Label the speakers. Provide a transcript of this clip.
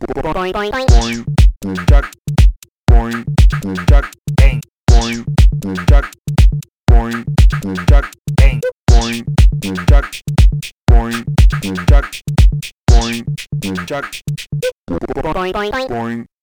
Speaker 1: boing, boing, boing.
Speaker 2: boing, duck, boing, duck, bang, boing, duck, boing, duck, bang, boing, duck, boing, duck, boing, duck,
Speaker 1: Boing, boing, boing.
Speaker 2: boing,